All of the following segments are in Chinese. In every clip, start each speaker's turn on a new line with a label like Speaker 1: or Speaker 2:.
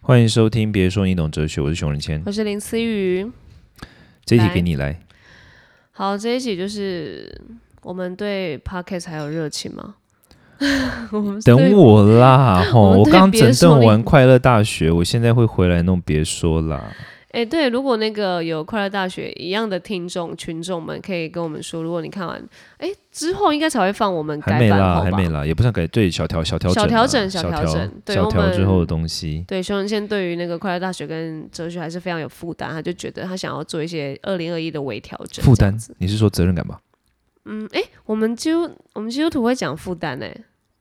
Speaker 1: 欢迎收听，别说你懂哲学，我是熊仁谦。
Speaker 2: 我是林思雨。
Speaker 1: 这一题
Speaker 2: 来
Speaker 1: 给你来，
Speaker 2: 好，这一集就是我们对 podcast 还有热情吗？ 我们
Speaker 1: 等
Speaker 2: 我
Speaker 1: 我 啦！吼，
Speaker 2: 我们
Speaker 1: 我
Speaker 2: 对
Speaker 1: 刚
Speaker 2: 别说
Speaker 1: 整顿
Speaker 2: 你
Speaker 1: 完快乐大学，我现在会回来弄，别说啦。
Speaker 2: 哎，对，如果那个有快乐大学一样的听众群众们，可以跟我们说，如果你看完，哎，之后应该才会放我们
Speaker 1: 还
Speaker 2: 嗯改
Speaker 1: 没
Speaker 2: 版
Speaker 1: 啦，
Speaker 2: 后
Speaker 1: 还
Speaker 2: 吧
Speaker 1: 没？啦，也不算改，对，小调小调整
Speaker 2: 小
Speaker 1: 啦，
Speaker 2: 调整小
Speaker 1: 小
Speaker 2: 调整对
Speaker 1: 小
Speaker 2: 我
Speaker 1: 调之
Speaker 2: 们
Speaker 1: 后的东西。
Speaker 2: 对，熊仁谦对于那个快乐大学跟哲学还是非常有负担，他就觉得他想要做一些二零二一的微调整。
Speaker 1: 负
Speaker 2: 这样
Speaker 1: 担
Speaker 2: 子，
Speaker 1: 你是说责任感吧？
Speaker 2: 嗯，哎，我们基督我们基督徒会讲负担哎，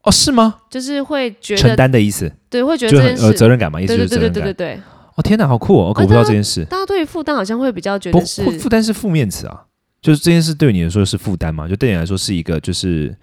Speaker 1: 哦，是吗？
Speaker 2: 就是会觉
Speaker 1: 承
Speaker 2: 得
Speaker 1: 担的意思，
Speaker 2: 对，会觉得
Speaker 1: 就
Speaker 2: 这
Speaker 1: 很
Speaker 2: 件
Speaker 1: 呃
Speaker 2: 事，
Speaker 1: 责任感嘛，意思
Speaker 2: 对
Speaker 1: 就是
Speaker 2: 对
Speaker 1: 责
Speaker 2: 对对
Speaker 1: 任
Speaker 2: 对对
Speaker 1: 感。
Speaker 2: 对。
Speaker 1: 哦，天哪，好酷哦！我可
Speaker 2: 哎
Speaker 1: 我不知道
Speaker 2: 大
Speaker 1: 这件事，
Speaker 2: 大家对于负担好像会比较觉
Speaker 1: 不
Speaker 2: 得是
Speaker 1: 负负担是负面词啊，就是这件事对你来说是负担吗？就对你来说是一个就是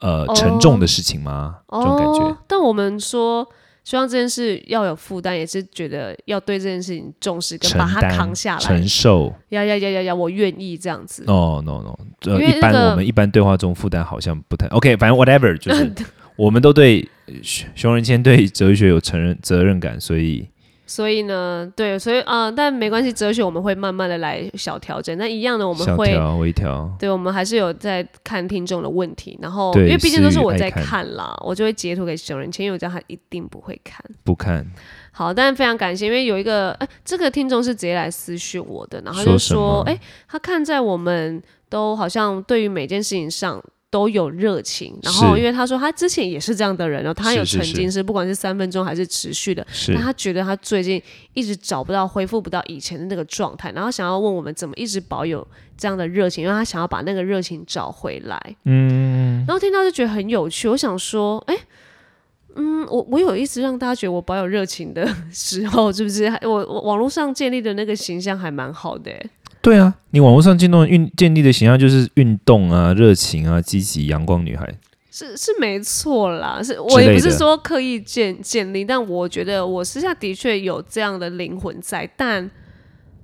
Speaker 1: 呃
Speaker 2: 哦
Speaker 1: 沉重的事情吗？这种感觉
Speaker 2: 哦。但我们说，希望这件事要有负担，也是觉得要对这件事情重视，跟
Speaker 1: 承
Speaker 2: 把它
Speaker 1: 担
Speaker 2: 扛下来
Speaker 1: 承。受。
Speaker 2: 要要要要要，我愿意这样子。
Speaker 1: No no no，呃，
Speaker 2: 因为
Speaker 1: 一般
Speaker 2: 那个
Speaker 1: 我们一般对话中负担好像不太 OK，反正 whatever，就是我们都对呃熊熊仁谦对哲学有承认责任感，所以
Speaker 2: 所以呢，对，所以啊、呃但没关系，哲学我们会慢慢的来小调整。那一样呢，我们
Speaker 1: 小
Speaker 2: 会。
Speaker 1: 调微调。
Speaker 2: 对，我们还是有在看听众的问题，然后因
Speaker 1: 对
Speaker 2: 为毕竟都是我
Speaker 1: 思雨
Speaker 2: 在
Speaker 1: 爱看
Speaker 2: 看啦，我就会截图给熊仁谦，因为我知道他一定不会看。
Speaker 1: 不看
Speaker 2: 好，但非常感谢，因为有一个哎、这个听众是直接来私讯我的，然后他就
Speaker 1: 说什么，
Speaker 2: 说哎、他看在我们都好像对于每件事情上。都有热情，然后
Speaker 1: 是
Speaker 2: 因为他说他之前也是这样的人，然后他
Speaker 1: 是
Speaker 2: 有
Speaker 1: 是
Speaker 2: 曾
Speaker 1: 是
Speaker 2: 经是不管是三分钟还是持续的，
Speaker 1: 是
Speaker 2: 但他觉得他最近一直找不到恢复不到以前的那个状态，然后想要问我们怎么一直保有这样的热情，因为他想要把那个热情找回来。
Speaker 1: 嗯，
Speaker 2: 然后听到就觉得很有趣，我想说，哎、嗯，我我有一直让大家觉得我保有热情的时候，是不是？还我我网络上建立的那个形象还蛮好的、欸诶
Speaker 1: 对啊，你网络上运动运建立的形象就是运动啊、热情啊、积极、阳光女孩。
Speaker 2: 是是没错啦，是我也
Speaker 1: 类
Speaker 2: 不是
Speaker 1: 的
Speaker 2: 说刻意建建立，但我觉得我私下的确有这样的灵魂在，但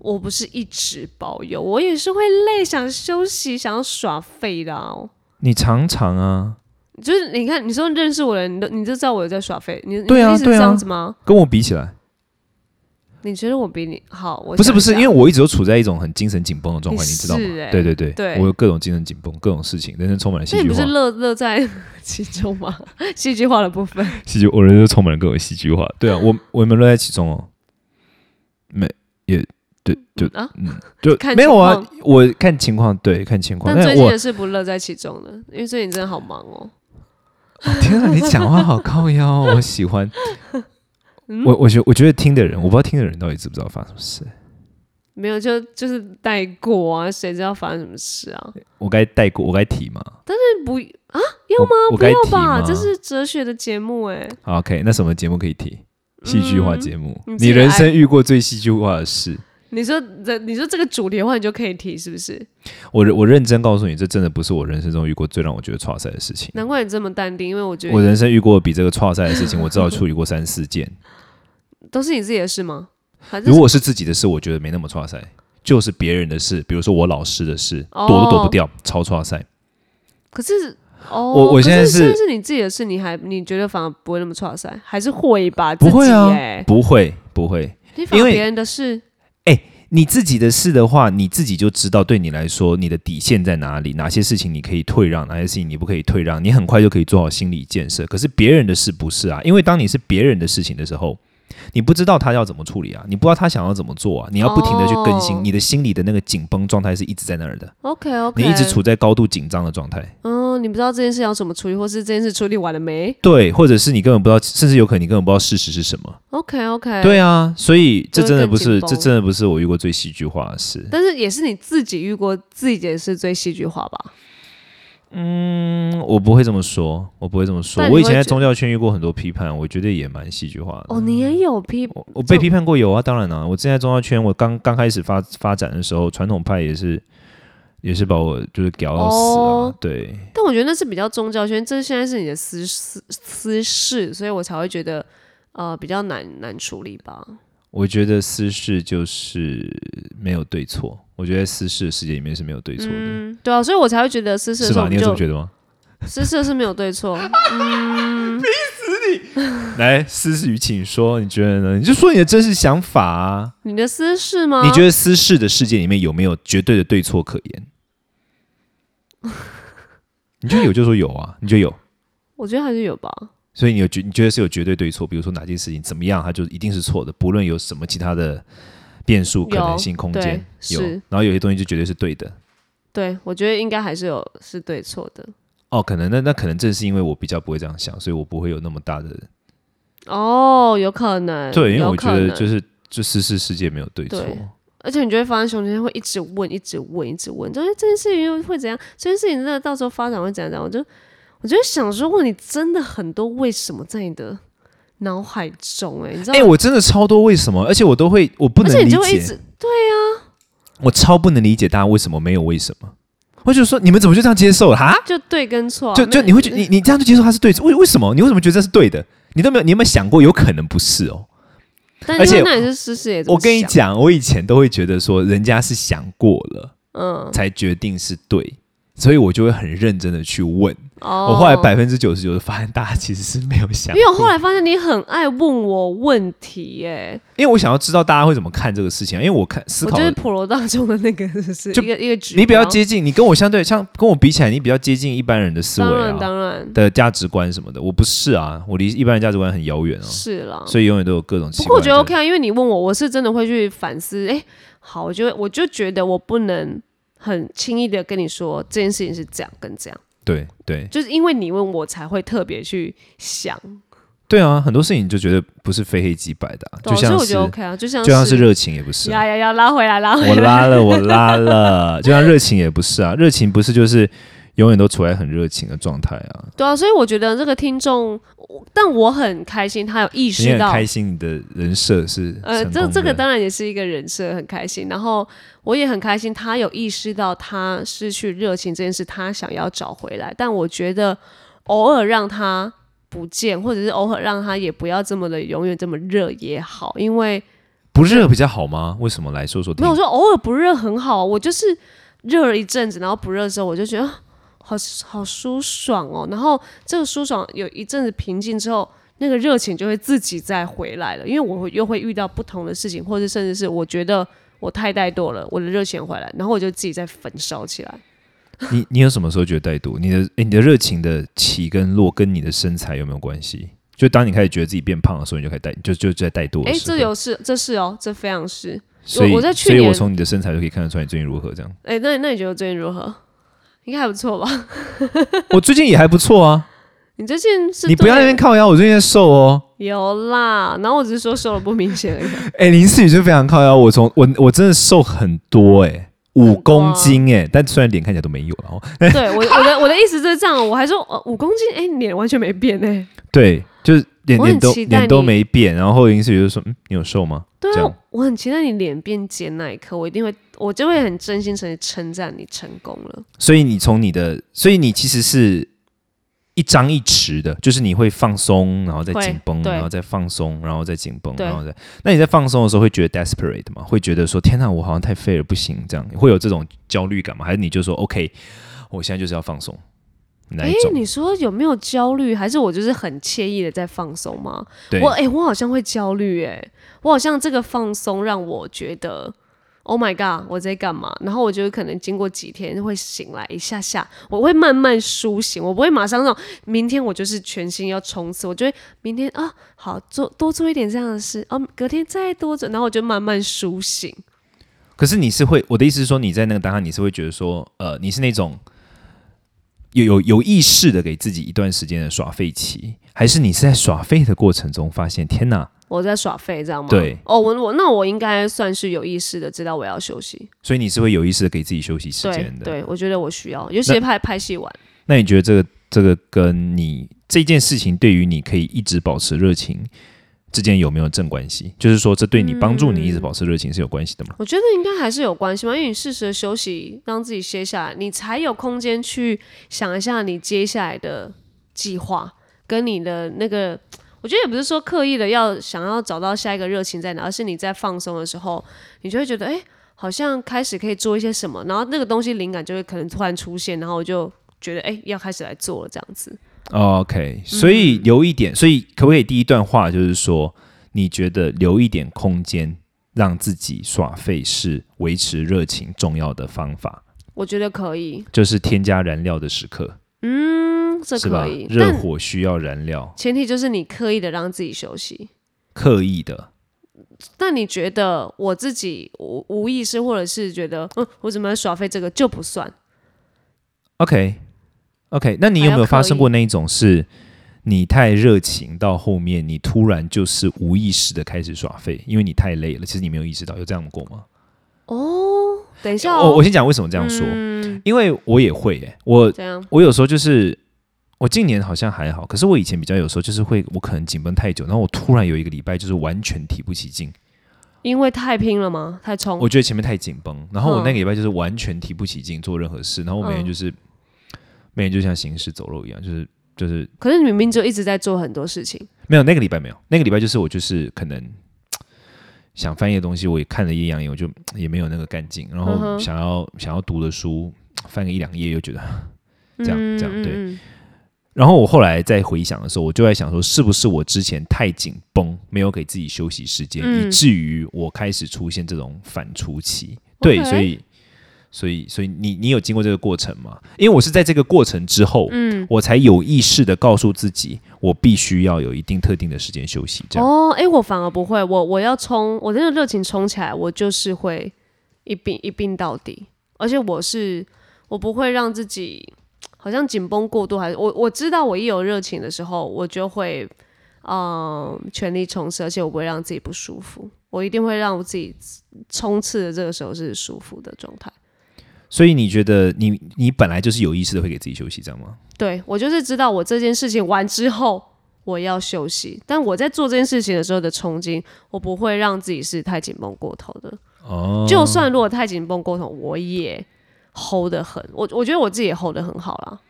Speaker 2: 我不是一直保有，我也是会累，想休息，想要耍废的、啊。
Speaker 1: 你常常啊，
Speaker 2: 就是你看，你说认识我的人，你都你就知道我有在耍废，你你
Speaker 1: 对啊
Speaker 2: 的意思是
Speaker 1: 对啊
Speaker 2: 这样子吗？
Speaker 1: 跟我比起来，
Speaker 2: 你觉得我比你好？我
Speaker 1: 不是
Speaker 2: 想
Speaker 1: 不
Speaker 2: 一
Speaker 1: 是，
Speaker 2: 下
Speaker 1: 因为我一直都处在一种很精神紧绷的状态，
Speaker 2: 你
Speaker 1: 你知道吗
Speaker 2: 是？欸
Speaker 1: 对对对，
Speaker 2: 对
Speaker 1: 我有各种精神紧绷，各种事情，人生充满了戏
Speaker 2: 所以你
Speaker 1: 剧
Speaker 2: 不
Speaker 1: 化
Speaker 2: 是，乐乐在 其中吗？ 戏剧化的部分，
Speaker 1: 戏剧，我人生充满了各种戏剧化。对啊，我我们乐在其中哦，没也对对
Speaker 2: 啊，
Speaker 1: 嗯，就
Speaker 2: 看
Speaker 1: 没有啊
Speaker 2: 情，
Speaker 1: 我看情况，对，看情况。
Speaker 2: 但最近
Speaker 1: 我
Speaker 2: 的事不乐在其中呢，因为最近真的好忙哦。
Speaker 1: 天啊，你讲话好靠腰 哦，我喜欢。
Speaker 2: 嗯
Speaker 1: 我我觉我觉得听的人，我不知道听的人到底知不知道发生什么事。
Speaker 2: 没有，就就是带过啊，谁知道发生什么事啊？
Speaker 1: 我该带过，我该提吗？
Speaker 2: 这不啊，
Speaker 1: 要吗？我
Speaker 2: 不
Speaker 1: 该
Speaker 2: 要
Speaker 1: 提
Speaker 2: 吧？
Speaker 1: 吗？
Speaker 2: 这是哲学的节目哎、
Speaker 1: 好 OK，那什么节目可以提？戏剧化节目，
Speaker 2: 嗯你自
Speaker 1: 你
Speaker 2: 己
Speaker 1: 人
Speaker 2: 来
Speaker 1: 生遇过最戏剧化的事？
Speaker 2: 你说这你说这个主题的话，你就可以提是不是？
Speaker 1: 我认我认真告诉你，这真的不是我人生中遇过最让我觉得挫赛的事情。
Speaker 2: 难怪你这么淡定，因为我觉
Speaker 1: 我
Speaker 2: 得
Speaker 1: 人生遇过比这个挫赛的事情，我至少处理过三四 件。
Speaker 2: 都是你自己的事吗？反正
Speaker 1: 如果是自己的事，我觉得没那么挫赛，就是别人的事，比如说我老师的事，
Speaker 2: 哦
Speaker 1: 躲都躲不掉，超挫赛。
Speaker 2: 可是哦，
Speaker 1: 我我
Speaker 2: 可
Speaker 1: 现在
Speaker 2: 是
Speaker 1: 是
Speaker 2: 现在是你自己的事，你还你觉得反而不会那么挫塞，还是会吧？
Speaker 1: 不会啊
Speaker 2: 自己欸
Speaker 1: 不会，不会。
Speaker 2: 你反
Speaker 1: 因
Speaker 2: 而
Speaker 1: 为
Speaker 2: 别人的事。
Speaker 1: 你自己的事的话，你自己就知道对你来说你的底线在哪里，哪些事情你可以退让，哪些事情你不可以退让，你很快就可以做好心理建设。可是别人的事不是啊，因为当你是别人的事情的时候，你不知道他要怎么处理啊，你不知道他想要怎么做啊，你要不停的去更新，
Speaker 2: 哦
Speaker 1: 你的心理的那个紧绷状态是一直在那儿的，
Speaker 2: OK OK，
Speaker 1: 你一直处在高度紧张的状态。
Speaker 2: 嗯，你不知道这件事要怎么处理，或是这件事处理完了没
Speaker 1: 对，或者是你根本不知道，甚至有可能你根本不知道事实是什么。
Speaker 2: ？OK OK，，
Speaker 1: 对啊，所以这
Speaker 2: 就会
Speaker 1: 真的
Speaker 2: 更
Speaker 1: 不是，
Speaker 2: 紧绷
Speaker 1: 这真的不是我遇过最戏剧化的事。
Speaker 2: 但是也是你自己遇过自己的事最戏剧化吧？
Speaker 1: 嗯，我不会这么说，我不会这么说
Speaker 2: 但。你
Speaker 1: 我以
Speaker 2: 会
Speaker 1: 前在
Speaker 2: 觉
Speaker 1: 宗教圈遇过很多批判，我觉得也蛮戏剧化的。
Speaker 2: 哦，你也有批
Speaker 1: 我我被
Speaker 2: 这
Speaker 1: 批判过有啊，当然了、我之前在宗教圈，我刚刚开始发发展的时候，传统派也是也是把我就是屌到死啊。
Speaker 2: 哦
Speaker 1: 对，
Speaker 2: 但我觉得那是比较宗教圈，这现在是你的私私私事，所以我才会觉得呃比较难难处理吧。
Speaker 1: 我觉得私事就是没有对错，我觉得私事的世界里面是没有对错的，
Speaker 2: 嗯，对啊，所以我才会觉得私事的
Speaker 1: 是
Speaker 2: 时候
Speaker 1: 吧？
Speaker 2: 我
Speaker 1: 你
Speaker 2: 们
Speaker 1: 有这
Speaker 2: 就
Speaker 1: 么觉得吗？
Speaker 2: 私事是没有对错，嗯，逼死
Speaker 1: 来，思雨，请说，你觉得呢？你就说你的真实想法啊。
Speaker 2: 你的私事吗？
Speaker 1: 你觉得私事的世界里面有没有绝对的对错可言？你觉得有就说有啊，你觉得有，
Speaker 2: 我觉得还是有吧。
Speaker 1: 所以你有觉你觉得是有绝对对错，比如说哪件事情怎么样，它就一定是错的，不论有什么其他的变数、可能性、
Speaker 2: 有
Speaker 1: 空间
Speaker 2: 对
Speaker 1: 有
Speaker 2: 是，
Speaker 1: 然后有些东西就绝对是对的。
Speaker 2: 对，我觉得应该还是有是对错的。
Speaker 1: 哦，可能那那可能正是因为我比较不会这样想，所以我不会有那么大的
Speaker 2: 哦，有可能。
Speaker 1: 对，因为
Speaker 2: 有
Speaker 1: 我觉
Speaker 2: 可
Speaker 1: 得
Speaker 2: 能
Speaker 1: 就是就私事世界没有对错，
Speaker 2: 对而且你就会发现，熊先生会一直问，一直问，一直问，就是这件事情又会怎样？这件事情真的到时候发展会怎样？怎样？我就我就会想说，哇，你真的很多为什么在你的脑海中、欸，哎，你知道
Speaker 1: 哎、
Speaker 2: 吗？
Speaker 1: 我真的超多为什么，而且我都会，我不
Speaker 2: 而
Speaker 1: 能
Speaker 2: 且
Speaker 1: 理
Speaker 2: 你就会一直
Speaker 1: 解，
Speaker 2: 对，
Speaker 1: 我超不能理解大家为什么没有为什么。我就说你们怎么就这样接受了哈？
Speaker 2: 就对跟错啊、
Speaker 1: 就就
Speaker 2: 没有
Speaker 1: 你会觉你你这样就接受它是对的，为为什么？你为什么觉得这是对的？你都没有，你有没有想过有可能不是哦？
Speaker 2: 但
Speaker 1: 而且
Speaker 2: 因为那也是事实也这么
Speaker 1: 我跟你
Speaker 2: 想，
Speaker 1: 讲，我以前都会觉得说人家是想过了
Speaker 2: 嗯，
Speaker 1: 才决定是对，所以我就会很认真的去问。
Speaker 2: 哦，
Speaker 1: 我后来嗯百分之九十九的发现，大家其实是没有想
Speaker 2: 因
Speaker 1: 过，
Speaker 2: 为我后来发现你很爱问我问题、欸，
Speaker 1: 因为我想要知道大家会怎么看这个事情，啊因为我看思
Speaker 2: 我
Speaker 1: 考
Speaker 2: 就是
Speaker 1: 的。
Speaker 2: 普罗大众的那个，是不是
Speaker 1: 就
Speaker 2: 一个一个局。
Speaker 1: 你比较，接近，你跟我相对，像跟我比起来，你比较接近一般人的思维
Speaker 2: 当然
Speaker 1: 啊，
Speaker 2: 当然
Speaker 1: 的价值观什么的。我不是啊，我离一般人价值观很遥远啊，
Speaker 2: 是啦。
Speaker 1: 所以永远都有各种奇怪
Speaker 2: 嗯不
Speaker 1: 的。
Speaker 2: 过我觉得 OK 啊，因为你问我，我是真的会去反思。哎、好，我就我就觉得我不能很轻易的跟你说这件事情是这样跟这样，
Speaker 1: 对对
Speaker 2: 就是因为你问我才会特别去想。
Speaker 1: 对啊，很多事情你就觉得不是非黑即白的啊、
Speaker 2: 对啊
Speaker 1: 就像
Speaker 2: 所
Speaker 1: 是
Speaker 2: 以我觉得 OK 啊，就像
Speaker 1: 就像是热情也不是啊、
Speaker 2: 呀呀呀，拉回来拉回
Speaker 1: 我
Speaker 2: 来。
Speaker 1: 拉 了，我拉了，就像热情也不是啊，热情不是就是永远都处在很热情的状态啊。
Speaker 2: 对啊，所以我觉得这个听众，我但我很开心，他有意
Speaker 1: 你
Speaker 2: 识
Speaker 1: 很
Speaker 2: 到。
Speaker 1: 开心，你的人设是
Speaker 2: 呃，
Speaker 1: 成
Speaker 2: 这
Speaker 1: 功
Speaker 2: 这个
Speaker 1: 的
Speaker 2: 当然也是一个人设，很开心。然后我也很开心，他有意识到他失去热情这件事，他想要找回来。但我觉得偶尔让他不见，或者是偶尔让他也不要这么的永远这么热也好，因为
Speaker 1: 不热比较好吗？为什么来说说听
Speaker 2: 没有？我说偶尔不热很好，我就是热了一阵子，然后不热的时候，我就觉得啊好好舒爽哦。然后这个舒爽有一阵子平静之后，那个热情就会自己再回来了，因为我会又会遇到不同的事情，或者甚至是我觉得我太怠惰了，我的热情回来，然后我就自己再焚烧起来。
Speaker 1: 你你有什么时候觉得怠惰？你的诶你的热情的起跟落跟你的身材有没有关系？就当你开始觉得自己变胖的时候，你就开始怠，就就就在怠惰的
Speaker 2: 哎，
Speaker 1: 时候。
Speaker 2: 这有是这是哦，这非常是。
Speaker 1: 所以
Speaker 2: 我在去
Speaker 1: 所以我
Speaker 2: 年
Speaker 1: 从你的身材就可以看得出来你最近如何这样。
Speaker 2: 哎，那那你觉得最近如何？应该还不错吧？
Speaker 1: 我最近也还不错啊，
Speaker 2: 你最近是
Speaker 1: 你不要在那边靠腰，我最近在瘦哦。
Speaker 2: 有啦，然后我只是说瘦了不明显而已。
Speaker 1: 哎、林思雨就非常靠腰，我从我我真的瘦很多哎、
Speaker 2: 啊
Speaker 1: 五公斤哎、但虽然脸看起来都没有了哦。
Speaker 2: 对我我的我的意思就是这样，我还说呃五公斤，哎、你脸完全没变哎、
Speaker 1: 对，就是脸
Speaker 2: 我很
Speaker 1: 脸都
Speaker 2: 期待
Speaker 1: 脸都
Speaker 2: 你
Speaker 1: 没变，然后林思雨就说：“嗯，你有瘦吗？”
Speaker 2: 对
Speaker 1: 这
Speaker 2: 啊
Speaker 1: 样，
Speaker 2: 我很期待你脸变尖那一刻，我一定会，我就会很真心诚意称赞你成功了。
Speaker 1: 所以你从你的，所以你其实是一张一弛的，就是你会放松，然后再
Speaker 2: 会
Speaker 1: 紧绷，
Speaker 2: 对
Speaker 1: 然后再放松，然后再紧绷，
Speaker 2: 对
Speaker 1: 然后再……那你在放松的时候会觉得 desperate 吗？会觉得说天哪，我好像太废了，不行，这样会有这种焦虑感吗？还是你就说 OK，我现在就是要放松？哪
Speaker 2: 哎、
Speaker 1: 一种？
Speaker 2: 你说有没有焦虑？还是我就是很惬意的在放松吗？
Speaker 1: 对
Speaker 2: 我，哎、我好像会焦虑哎、我好像这个放松让我觉得。Oh my god！我在干嘛？然后我就可能经过几天会醒来一下下，我会慢慢苏醒，我不会马上那种明天我就是全心要冲刺，我就会明天啊好做多做一点这样的事，啊隔天再多做，然后我就慢慢苏醒。
Speaker 1: 可是你是会，我的意思是说，你在那个当下，你是会觉得说，呃，你是那种有有有意识的给自己一段时间的耍废期，还是你是在耍废的过程中发现，天哪？
Speaker 2: 我在耍废，这样吗？
Speaker 1: 对。
Speaker 2: 哦，我我那我应该算是有意识的知道我要休息。
Speaker 1: 所以你是会有意识的给自己休息时
Speaker 2: 对
Speaker 1: 间的。
Speaker 2: 对，我觉得我需要，尤其是拍拍戏完。
Speaker 1: 那你觉得这个这个跟你这件事情对于你可以一直保持热情之间有没有正关系？就是说，这对你帮助你一直保持热情是有关系的吗？
Speaker 2: 我觉得应该还是有关系吧，因为你适时的休息，让自己歇下来，你才有空间去想一下你接下来的计划跟你的那个。我觉得也不是说刻意的要想要找到下一个热情在哪，而是你在放松的时候，你就会觉得，哎、好像开始可以做一些什么，然后那个东西灵感就会可能突然出现，然后我就觉得，哎、要开始来做了这样子。
Speaker 1: OK，所以留一点，所以可不可以第一段话就是说，你觉得留一点空间让自己耍废是维持热情重要的方法，
Speaker 2: 我觉得可以，
Speaker 1: 就是添加燃料的时刻，
Speaker 2: 嗯，这
Speaker 1: 是吧
Speaker 2: 可以？，
Speaker 1: 热
Speaker 2: 但
Speaker 1: 火需要燃料，
Speaker 2: 前提就是你刻意的让自己休息。
Speaker 1: 刻意的，
Speaker 2: 但你觉得我自己无无意识，或者是觉得嗯，我怎么耍废这个就不算？
Speaker 1: OK OK，那你有没有发生过那一种是你太热情到后面，你突然就是无意识的开始耍废，因为你太累了，其实你没有意识到，有这样过吗？
Speaker 2: 等一下、
Speaker 1: 我
Speaker 2: 哦，
Speaker 1: 我先讲为什么这样说，
Speaker 2: 嗯
Speaker 1: 因为我也会、欸，我
Speaker 2: 这样
Speaker 1: 我有时候就是我近年好像还好，可是我以前比较有时候就是会，我可能紧绷太久，然后我突然有一个礼拜就是完全提不起劲，
Speaker 2: 因为太拼了吗？太冲？
Speaker 1: 我觉得前面太紧绷，然后我
Speaker 2: 嗯
Speaker 1: 那个礼拜就是完全提不起劲做任何事，然后我每天
Speaker 2: 嗯
Speaker 1: 就是、每天就像行尸走肉一样，就是就是
Speaker 2: 可是你明明就一直在做很多事情，
Speaker 1: 没有那个礼拜没有，那个礼拜就是我就是可能想翻译的东西，我也看了一两眼，我就也没有那个干劲，然
Speaker 2: 嗯
Speaker 1: 后
Speaker 2: 哼
Speaker 1: 想要、想要读的书翻个一两页又觉得这样、
Speaker 2: 嗯
Speaker 1: 这样对。
Speaker 2: 嗯
Speaker 1: 然后我后来在回想的时候，我就在想说，是不是我之前太紧绷，没有给自己休息时间，
Speaker 2: 嗯
Speaker 1: 以至于我开始出现这种反刍期？对，
Speaker 2: OK
Speaker 1: 所以，所以，所以你你有经过这个过程吗？因为我是在这个过程之后，
Speaker 2: 嗯
Speaker 1: 我才有意识的告诉自己，我必须要有一定特定的时间休息。这样、
Speaker 2: 哦，哎、我反而不会，我我要冲，我真的热情冲起来，我就是会一并一并到底，而且我是我不会让自己好像紧绷过度，还是我我知道我一有热情的时候，我就会嗯全力冲刺，而且我不会让自己不舒服，我一定会让我自己冲刺的这个时候是舒服的状态。
Speaker 1: 所以你觉得你你本来就是有意识的会给自己休息，这样吗？
Speaker 2: 对我就是知道我这件事情完之后我要休息，但我在做这件事情的时候的冲劲，我不会让自己是太紧绷过头的。
Speaker 1: 哦，
Speaker 2: 就算如果太紧绷过头，我也 hold 得很。我我觉得我自己也 hold 得很好啦。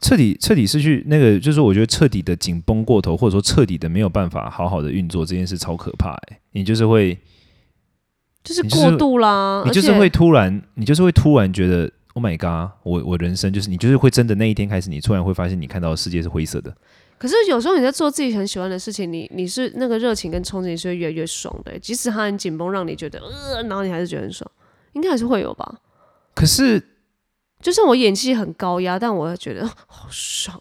Speaker 1: 彻底彻底失去那个，就是我觉得彻底的紧绷过头，或者说彻底的没有办法好好的运作这件事，超可怕、欸。你就是会，
Speaker 2: 就是
Speaker 1: 你就是
Speaker 2: 过度啦，
Speaker 1: 你就是
Speaker 2: 而且
Speaker 1: 会突然，你就是会突然觉得，Oh my god，我我人生就是你就是会真的那一天开始，你突然会发现你看到的世界是灰色的。
Speaker 2: 可是有时候你在做自己很喜欢的事情，你你是那个热情跟冲劲是会越来越爽的、即使它很紧绷，让你觉得呃，然后你还是觉得很爽，应该还是会有吧。
Speaker 1: 可是
Speaker 2: 就算我演技很高压，但我也觉得呃好爽，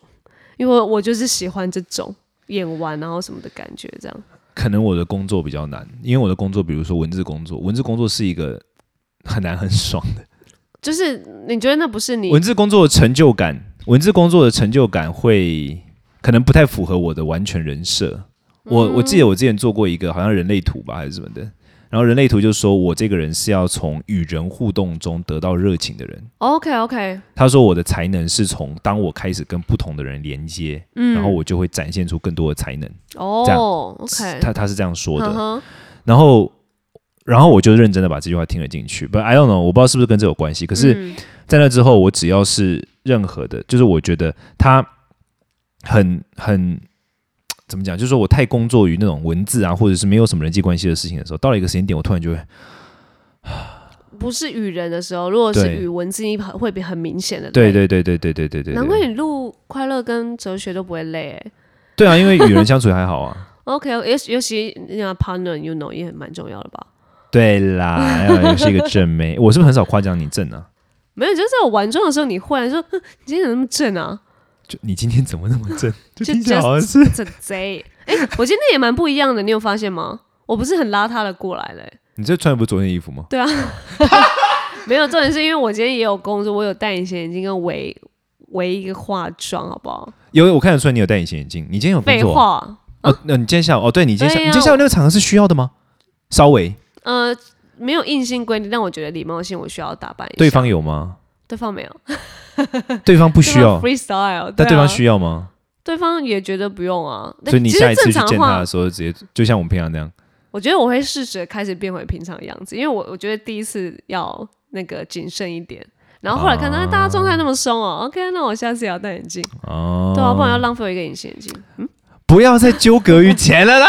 Speaker 2: 因为我就是喜欢这种演完然后什么的感觉，这样。
Speaker 1: 可能我的工作比较难，因为我的工作，比如说文字工作，文字工作是一个很难很爽的。
Speaker 2: 就是你觉得那不是你
Speaker 1: 文字工作的成就感，文字工作的成就感会可能不太符合我的完全人设。我我
Speaker 2: 嗯
Speaker 1: 记得我之前做过一个好像人类图吧还是什么的，然后人类图就说我这个人是要从与人互动中得到热情的人。
Speaker 2: OK OK，
Speaker 1: 他说我的才能是从当我开始跟不同的人连接，
Speaker 2: 嗯，
Speaker 1: 然后我就会展现出更多的才能。这样
Speaker 2: 哦 OK，
Speaker 1: 他他是这样说的
Speaker 2: 嗯。哼
Speaker 1: 然后然后我就认真的把这句话听了进去。不，I don't know，我不知道是不是跟这有关系。可是
Speaker 2: 嗯
Speaker 1: 在那之后，我只要是任何的，就是我觉得他很很怎么讲，就是说我太工作于那种文字啊，或者是没有什么人际关系的事情的时候，到了一个时间点，我突然就会
Speaker 2: 不是与人的时候，如果是
Speaker 1: 对
Speaker 2: 与文字，你很会比很明显的。
Speaker 1: 对对对对对对对对，
Speaker 2: 难怪你录快乐跟哲学都不会累、欸。
Speaker 1: 对啊，因为与人相处还好啊。
Speaker 2: OK，尤尤其那个 partner you know 也很蛮重要的吧？
Speaker 1: 对啦，要也是一个正妹，我是不是很少夸奖你正啊？
Speaker 2: 没有，就是在我玩妆的时候，你忽然说哼：“你今天怎么那么正啊
Speaker 1: 就你今天怎么那么正？就
Speaker 2: 就
Speaker 1: 听起来好像是？”
Speaker 2: 这贼！哎、我今天也蛮不一样的，你有发现吗？我不是很邋遢的过来嘞、欸
Speaker 1: 你这穿的不是昨天的衣服吗？
Speaker 2: 对啊，没有重点是因为我今天也有工作，我有戴隐形眼镜跟围围一个化妆，好不好？
Speaker 1: 有，我看得出来你有戴隐形眼镜。你今天有工
Speaker 2: 废
Speaker 1: 作啊、
Speaker 2: 话，
Speaker 1: 哦，那你今天下午哦，对你今天下、
Speaker 2: 对
Speaker 1: 你
Speaker 2: 呀
Speaker 1: 今天下午那个场合是需要的吗？稍微，
Speaker 2: 呃，没有硬性规定，但我觉得礼貌性我需要打扮一下。
Speaker 1: 对方有吗？
Speaker 2: 对方没有，
Speaker 1: 对方不需要，
Speaker 2: freestyle，
Speaker 1: 但对
Speaker 2: 啊
Speaker 1: 方需要吗？
Speaker 2: 对方也觉得不用啊。但
Speaker 1: 所以你
Speaker 2: 其
Speaker 1: 下
Speaker 2: 实
Speaker 1: 一次
Speaker 2: 正
Speaker 1: 去
Speaker 2: 常
Speaker 1: 见
Speaker 2: 话
Speaker 1: 他的时候，直接就像我们平常那样。
Speaker 2: 我觉得我会适时地开始变回平常的样子，因为我我觉得第一次要那个谨慎一点。然后后来看到、
Speaker 1: 啊
Speaker 2: 哎大家状态那么凶哦，OK，那我下次也要戴眼镜，
Speaker 1: 哦，
Speaker 2: 对啊，不然要浪费我一个隐形眼镜。
Speaker 1: 不要再纠葛于钱了 啦。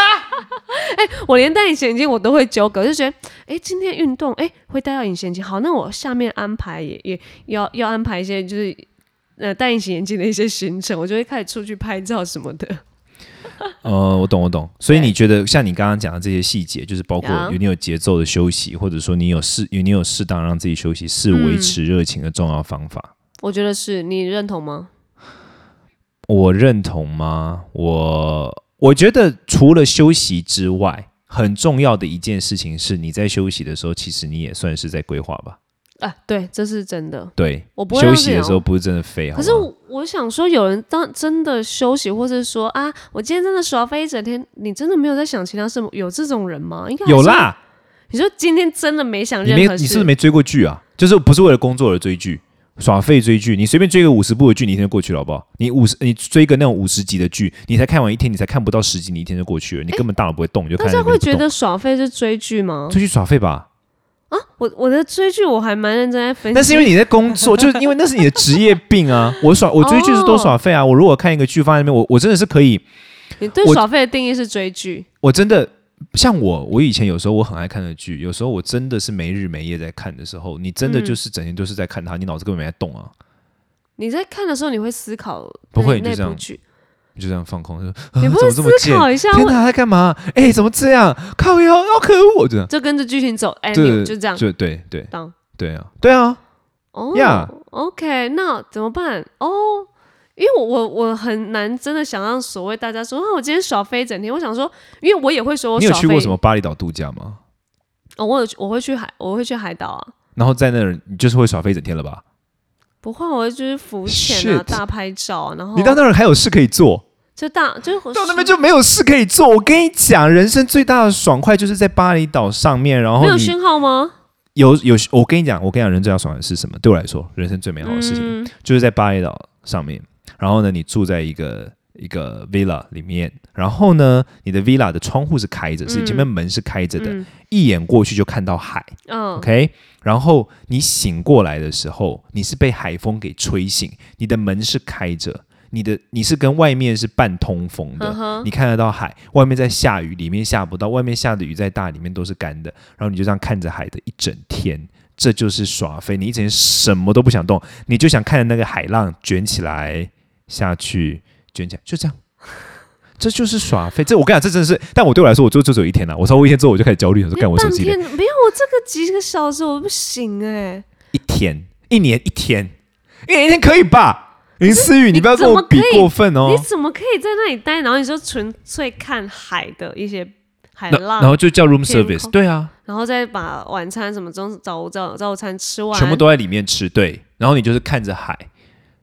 Speaker 2: 我连戴隐形眼镜我都会纠葛，就觉得，哎，今天运动，哎，会戴到隐形眼镜，好，那我下面安排也也要要安排一些就是呃戴隐形眼镜的一些行程，我就会开始出去拍照什么的。
Speaker 1: 呃，我懂，我懂。所以
Speaker 2: 对
Speaker 1: 你觉得像你刚刚讲的这些细节，就是包括
Speaker 2: 呀
Speaker 1: 有你有节奏的休息，或者说你有适你有适当让自己休息，是维
Speaker 2: 嗯
Speaker 1: 持热情的重要方法。
Speaker 2: 我觉得是你认同吗？
Speaker 1: 我认同吗？我我觉得除了休息之外，很重要的一件事情是，你在休息的时候，其实你也算是在规划吧。
Speaker 2: 啊，对，这是真的。
Speaker 1: 对，
Speaker 2: 我不会
Speaker 1: 休
Speaker 2: 让
Speaker 1: 息
Speaker 2: 自己
Speaker 1: 的时
Speaker 2: 哦
Speaker 1: 候不是真的废，
Speaker 2: 可是
Speaker 1: 好吗
Speaker 2: 我我想说，有人当真的休息，或是说啊，我今天真的耍飞一整天，你真的没有在想其他什么？有这种人吗？应该还是
Speaker 1: 有。啦，
Speaker 2: 你说今天真的没想
Speaker 1: 你
Speaker 2: 任
Speaker 1: 没
Speaker 2: 何事，
Speaker 1: 你是不是没追过剧啊？就是不是为了工作而追剧，耍废追剧，你随便追个五十部的剧，你一天就过去了，好不好？你五十你追个那种五十集的剧，你才看完一天，你才看不到十集，你一天就过去了，你根本大脑不会动，你就看
Speaker 2: 大
Speaker 1: 在那
Speaker 2: 家
Speaker 1: 边
Speaker 2: 会
Speaker 1: 不
Speaker 2: 觉
Speaker 1: 动
Speaker 2: 得嗯耍飞是追剧吗？
Speaker 1: 出去耍废吧。
Speaker 2: 我我的追剧我还蛮认真在分析，
Speaker 1: 那是因为你在工 作，就是因为那是你的职业病啊。我耍我追剧是多耍废
Speaker 2: 哦
Speaker 1: 啊。我如果看一个剧放在那边，我我真的是可以，
Speaker 2: 你对
Speaker 1: 我
Speaker 2: 耍废的定义是追剧。
Speaker 1: 我真的像我，我以前有时候我很爱看的剧，有时候我真的是没日没夜在看的时候，你真的
Speaker 2: 嗯
Speaker 1: 就是整天都是在看它，你脑子根本没在动啊，
Speaker 2: 你在看的时候，你会思考
Speaker 1: 不会
Speaker 2: 那
Speaker 1: 就这
Speaker 2: 那
Speaker 1: 样
Speaker 2: 部剧，
Speaker 1: 你就这样放空，就
Speaker 2: 你
Speaker 1: 啊怎
Speaker 2: 不会
Speaker 1: 么这么
Speaker 2: 思
Speaker 1: 贱？
Speaker 2: 考一下，
Speaker 1: 天
Speaker 2: 我
Speaker 1: 哪，他在干嘛？哎、怎么这样？靠腰，好可恶！这样，
Speaker 2: 就跟着剧情走，哎，
Speaker 1: 对，
Speaker 2: 你就这样。
Speaker 1: 就对对
Speaker 2: 当
Speaker 1: 对啊，对啊，
Speaker 2: 哦
Speaker 1: Yeah
Speaker 2: ，OK，那怎么办？哦，因为我我我很难真的想让所谓大家说啊，我今天耍飞一整天。我想说，因为我也会说我
Speaker 1: 你有
Speaker 2: 耍
Speaker 1: 去过
Speaker 2: 飞
Speaker 1: 什么巴厘岛度假吗？
Speaker 2: 哦，我有去我会去海，我会去海岛啊，
Speaker 1: 然后在那儿，你就是会耍废一整天了吧？
Speaker 2: 不会，啊我会就是浮潜啊，
Speaker 1: Shit
Speaker 2: 大拍照啊，然后
Speaker 1: 你到那儿还有事可以做。
Speaker 2: 就大哦就是
Speaker 1: 到那边就没有事可以做。我跟你讲，人生最大的爽快就是在巴厘岛上面，然
Speaker 2: 没
Speaker 1: 后
Speaker 2: 有
Speaker 1: 哦你
Speaker 2: 讯号吗？
Speaker 1: 有有我跟你讲，我跟你讲，人最大爽的是什么？对我来说，人生最美好的事情、
Speaker 2: 嗯
Speaker 1: 就是在巴厘岛上面。然后呢，你住在一个一个 villa 里面，然后呢，你的 villa 的窗户是开着，是
Speaker 2: 嗯
Speaker 1: 前面门是开着的，
Speaker 2: 嗯
Speaker 1: 一眼过去就看到海。
Speaker 2: 嗯
Speaker 1: OK，然后你醒过来的时候，你是被海风给吹醒，你的门是开着，你的你是跟外面是半通风的
Speaker 2: 嗯哼
Speaker 1: 你看得到海，外面在下雨，里面下不到，外面下的雨再大，里面都是干的，然后你就这样看着海的一整天。这就是耍飞，你一整天什么都不想动，你就想看着那个海浪卷起来下去，卷起 来，就这样，这就是耍飞。这我跟你讲，这真的是，但我对我来说，我做就只有一天了、我超过一天之后，我就开始焦虑了，说
Speaker 2: 你
Speaker 1: 干我手
Speaker 2: 半
Speaker 1: 机
Speaker 2: 天没有，我这个几个小时我不行哎、
Speaker 1: 一天，一年一天，一年一天可以吧？林思雨，你不要跟我比过分
Speaker 2: 你
Speaker 1: 哦。
Speaker 2: 怎么可以在那里待？然后你说纯粹看海的一些海
Speaker 1: 然
Speaker 2: 浪，
Speaker 1: 然后就叫 room
Speaker 2: 天空
Speaker 1: service，对啊，
Speaker 2: 然后再把晚餐什么中早早早餐吃完，
Speaker 1: 全部。都在里面吃，对。然后你就是看着海，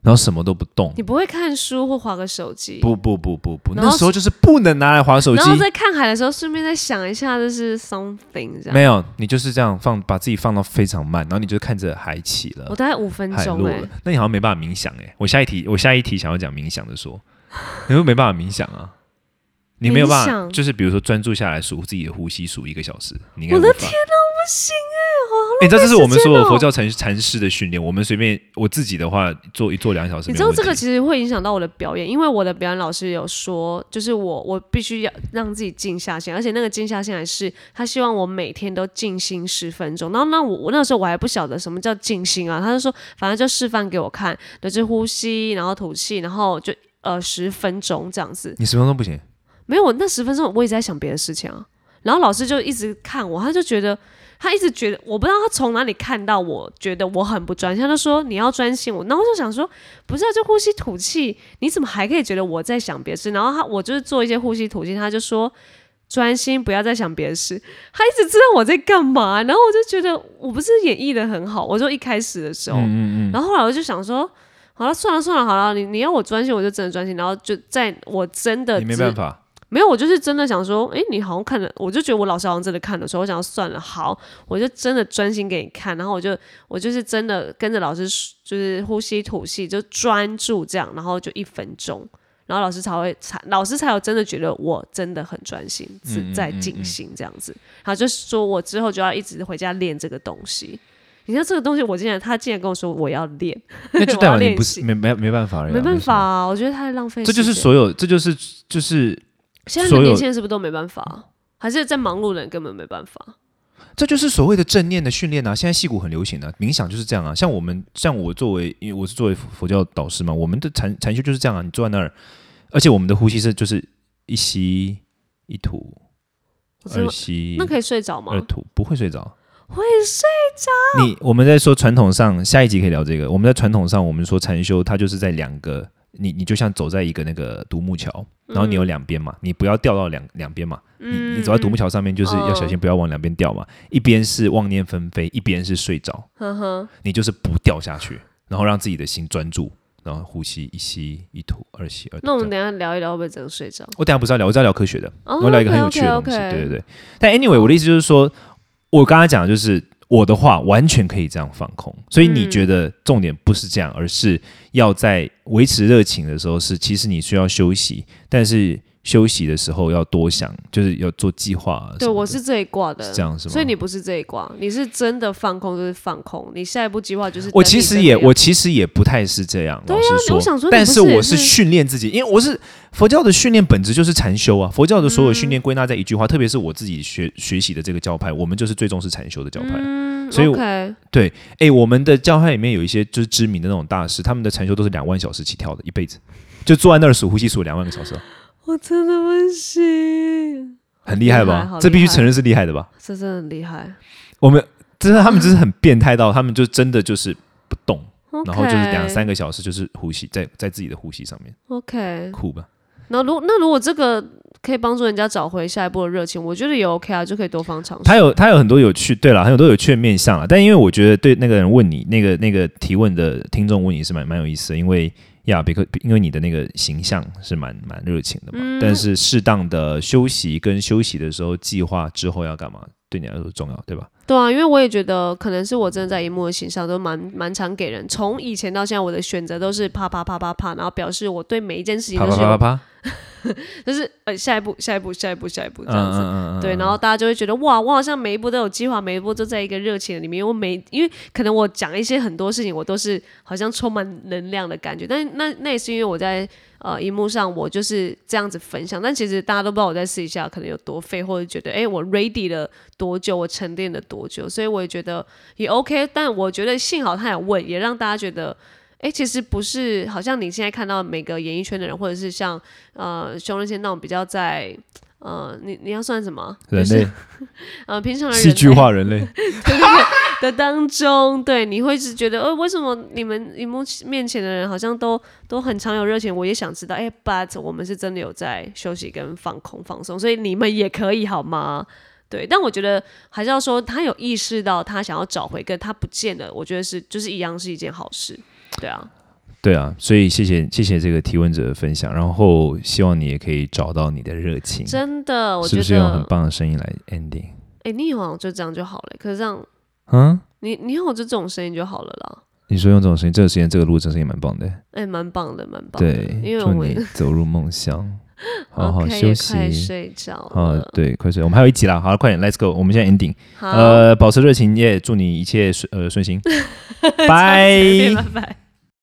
Speaker 1: 然后什么都不动
Speaker 2: 你。不会看书或划个手机，
Speaker 1: 不不不不不，
Speaker 2: 然后
Speaker 1: 那时候就是不能拿来划手机
Speaker 2: 然，后在看海的时候顺便再想一下，就是 something 这样。
Speaker 1: 没有，你就是这样放，把自己放到非常慢，然后你就看着海起
Speaker 2: 我
Speaker 1: 了，
Speaker 2: 大概五分
Speaker 1: 海
Speaker 2: 钟
Speaker 1: 落
Speaker 2: 哎、
Speaker 1: 了。那你好像没办法冥想哎、我下一题，我下一题想要讲冥想的说， 你会没办法冥想啊？你没有办
Speaker 2: 冥
Speaker 1: 法，
Speaker 2: 想
Speaker 1: 就是比如说专注下来数自己的呼吸，数一个小时，你应该
Speaker 2: 我的
Speaker 1: 无法
Speaker 2: 天啊哪、我不行
Speaker 1: 哎、
Speaker 2: 哎、
Speaker 1: 欸，这这是我们所有
Speaker 2: 时间哦
Speaker 1: 佛教禅禅师的训练。我们随便我自己的话，做一做两小时
Speaker 2: 你
Speaker 1: 没
Speaker 2: 知
Speaker 1: 有
Speaker 2: 道
Speaker 1: 问题。
Speaker 2: 这个其实会影响到我的表演，因为我的表演老师有说，就是我我必须要让自己静下心，而且那个静下心来是他希望我每天都静心十分钟。然后那我我那时候我还不晓得什么叫静心啊，他就说反正就示范给我看，就是呼吸，然后吐气，然后就呃十分钟这样子。
Speaker 1: 你十分钟不行，
Speaker 2: 没有，我那十分钟我一直在想别的事情啊。然后老师就一直看我，他就觉得他一直觉得我不知道他从哪里看到我觉得我很不专心，他就说你要专心我。然后我就想说，不是、啊、就呼吸吐气，你怎么还可以觉得我在想别的事？然后他我就是做一些呼吸吐气，他就说。专心，不要再想别的事。他一直知道我在干嘛，然后我就觉得我不是演绎的很好。我就一开始的时
Speaker 1: 嗯
Speaker 2: 候，
Speaker 1: 嗯嗯，
Speaker 2: 然后后来我就想说，好了，算了算了，好了，你你要我专心，我就真的专心。然后就在我真的
Speaker 1: 你没
Speaker 2: 知
Speaker 1: 办法。
Speaker 2: 没有，我就是真的想说，诶，你好像看了，我就觉得我老师好像真的看了，所以我想要算了，好，我就真的专心给你看，然后我就我就是真的跟着老师就是呼吸吐气，就专注这样，然后就一分钟，然后老师才会才老师才有真的觉得我真的很专心，
Speaker 1: 嗯
Speaker 2: 是在进行这样子，然后就是说我之后就要一直回家练这个东西。你看这个东西，我竟然他竟然跟我说我要练，
Speaker 1: 那就代
Speaker 2: 我
Speaker 1: 表
Speaker 2: 要
Speaker 1: 你
Speaker 2: 练
Speaker 1: 不是
Speaker 2: 习
Speaker 1: 没没没办法了呀，
Speaker 2: 没办法、
Speaker 1: 什么。
Speaker 2: 啊，我觉得太浪费时
Speaker 1: 这
Speaker 2: 间。
Speaker 1: 就是所有，这就是就是，
Speaker 2: 现在
Speaker 1: 所
Speaker 2: 的
Speaker 1: 有
Speaker 2: 年轻人是不是都没办法啊、还是在忙碌的人根本没办法？
Speaker 1: 这就是所谓的正念的训练啊！现在戏骨很流行啊，冥想就是这样啊。像我们，像我作为，因为我是作为佛佛教导师嘛，我们的禅禅修就是这样啊。你坐在那儿，而且我们的呼吸是就是一吸一吐，
Speaker 2: 我真
Speaker 1: 二
Speaker 2: 的
Speaker 1: 吸
Speaker 2: 那可以睡着吗
Speaker 1: 二？吐，不会睡着。
Speaker 2: 会睡
Speaker 1: 你我们在说传统上，下一集可以聊这个。我们在传统上，我们说禅修，它就是在两个，你你就像走在一个那个独木桥，
Speaker 2: 嗯
Speaker 1: 然后你有两边嘛，你不要掉到两两边嘛。你你走在独木桥上面，就是要小心不要往两边掉嘛。一边是妄念纷飞，一边是睡着，
Speaker 2: 嗯呵呵，
Speaker 1: 你就是不掉下去，然后让自己的心专注，然后呼吸一吸一吐，二吸二吐。
Speaker 2: 那我们
Speaker 1: 这样
Speaker 2: 等一下聊一聊，会不会真的睡着？
Speaker 1: 我等一下不是要聊，我是要聊科学的。
Speaker 2: 哦
Speaker 1: 我聊一个很有趣的东西。
Speaker 2: OK，OK，OK
Speaker 1: 对对对。但 anyway，我的意思就是说，我刚才讲的就是我的话完全可以这样放空，所以你
Speaker 2: 嗯
Speaker 1: 觉得重点不是这样，而是要在维持热情的时候是，其实你需要休息，但是休息的时候要多想，就是要做计划啊什么的。
Speaker 2: 对，我是这一挂的，
Speaker 1: 是这样是吗
Speaker 2: 所以你不是这一挂，你是真的放空就是放空，你下一步计划就是
Speaker 1: 我
Speaker 2: 等
Speaker 1: 其
Speaker 2: 你
Speaker 1: 实
Speaker 2: 真的
Speaker 1: 也
Speaker 2: 要
Speaker 1: 我其实也不太是这样，老实说，
Speaker 2: 啊我想说你
Speaker 1: 但
Speaker 2: 不
Speaker 1: 是
Speaker 2: 是也
Speaker 1: 我是
Speaker 2: 是
Speaker 1: 训练自己，因为我是佛教的训练本质就是禅修啊，佛教的所有
Speaker 2: 嗯
Speaker 1: 训练归纳在一句话，特别是我自己学学习的这个教派，我们就是最重视禅修的教派。
Speaker 2: 嗯，
Speaker 1: 所以我
Speaker 2: OK，
Speaker 1: 诶，我们的教派里面有一些就是知名的那种大师，他们的禅修都是两万小时起跳的，一辈子就坐在那儿数呼吸数两万个小时哦，
Speaker 2: 我真的不行，
Speaker 1: 很厉害
Speaker 2: 厉害
Speaker 1: 吧
Speaker 2: 好？
Speaker 1: 这必须
Speaker 2: 厉害
Speaker 1: 承认是厉害的吧？
Speaker 2: 这真的很厉害。
Speaker 1: 我们真的他们就是很变态到，他们就真的就是不动，
Speaker 2: OK，
Speaker 1: 然后就是两三个小时就是呼吸在在自己的呼吸上面，
Speaker 2: OK，
Speaker 1: 酷吧？
Speaker 2: 那如那如果这个可以帮助人家找回下一步的热情，我觉得也 OK 啊，就可以多方尝试。
Speaker 1: 他有他有很多有趣，对了，很多有趣的面向了。但因为我觉得对那个人问你那个那个提问的听众问你是蛮蛮有意思的，因为呀，别克因为你的那个形象是蛮蛮热情的嘛。
Speaker 2: 嗯
Speaker 1: 但是适当的休息跟休息的时候计划之后要干嘛，对你来说重要，对吧？
Speaker 2: 对啊，因为我也觉得可能是我真的在荧幕的形象都蛮蛮常给人，从以前到现在我的选择都是啪啪啪啪啪，然后表示我对每一件事情
Speaker 1: 啪
Speaker 2: 都
Speaker 1: 啪
Speaker 2: 是
Speaker 1: 啪啪
Speaker 2: 有
Speaker 1: 啪，
Speaker 2: 就是呃下一步下一步下一步下一步这
Speaker 1: 嗯
Speaker 2: 样
Speaker 1: 嗯
Speaker 2: 子。
Speaker 1: 嗯嗯，
Speaker 2: 对，然后大家就会觉得哇，我好像每一步都有计划，每一步都在一个热情里面。因为我每因为可能我讲一些很多事情，我都是好像充满能量的感觉。但是那那也是因为我在呃荧幕上我就是这样子分享，但其实大家都不知道我在私底下可能有多废，或者觉得哎我 ready 了多久，我沉淀了多久。所以我也觉得也 OK，但我觉得幸好他有问，也让大家觉得。哎，其实不是，好像你现在看到每个演艺圈的人，或者是像呃熊仁谦那种比较在，呃，你你要算什么？
Speaker 1: 人
Speaker 2: 就是
Speaker 1: 类
Speaker 2: 呃平常的人
Speaker 1: 戏剧化人类，
Speaker 2: 的当中，对，你会是觉得，呃，为什么你们荧幕面前的人好像都都很常有热情？我也想知道，哎、b u t 我们是真的有在休息跟放空放松，所以你们也可以好吗？对，但我觉得还是要说，他有意识到他想要找回，跟他不见了，我觉得是就是一样是一件好事，对啊，
Speaker 1: 对啊。所以谢谢谢谢这个提问者的分享，然后希望你也可以找到你的热情，
Speaker 2: 真的，我
Speaker 1: 是
Speaker 2: 觉
Speaker 1: 不
Speaker 2: 得，
Speaker 1: 是用很棒的声音来 ending？
Speaker 2: 哎、你以后好像就这样就好了，可是这样，
Speaker 1: 嗯。
Speaker 2: 你你以后就这种声音就好了啦，
Speaker 1: 你说用这种声音，这个时间这个录真是也蛮棒的，
Speaker 2: 哎、蛮棒的，蛮棒的，
Speaker 1: 对，
Speaker 2: 因为
Speaker 1: 祝
Speaker 2: 我
Speaker 1: 你走入梦 乡，好好
Speaker 2: OK，
Speaker 1: 休
Speaker 2: 也快
Speaker 1: 息。
Speaker 2: 睡着
Speaker 1: 啊
Speaker 2: 了，，
Speaker 1: 对，快睡，我们还有一集啦，好了，快点，Let's go，我们现在 ending，
Speaker 2: 好，
Speaker 1: 呃 呃，保持热情，也祝你一切顺呃顺心，拜
Speaker 2: 拜。拜。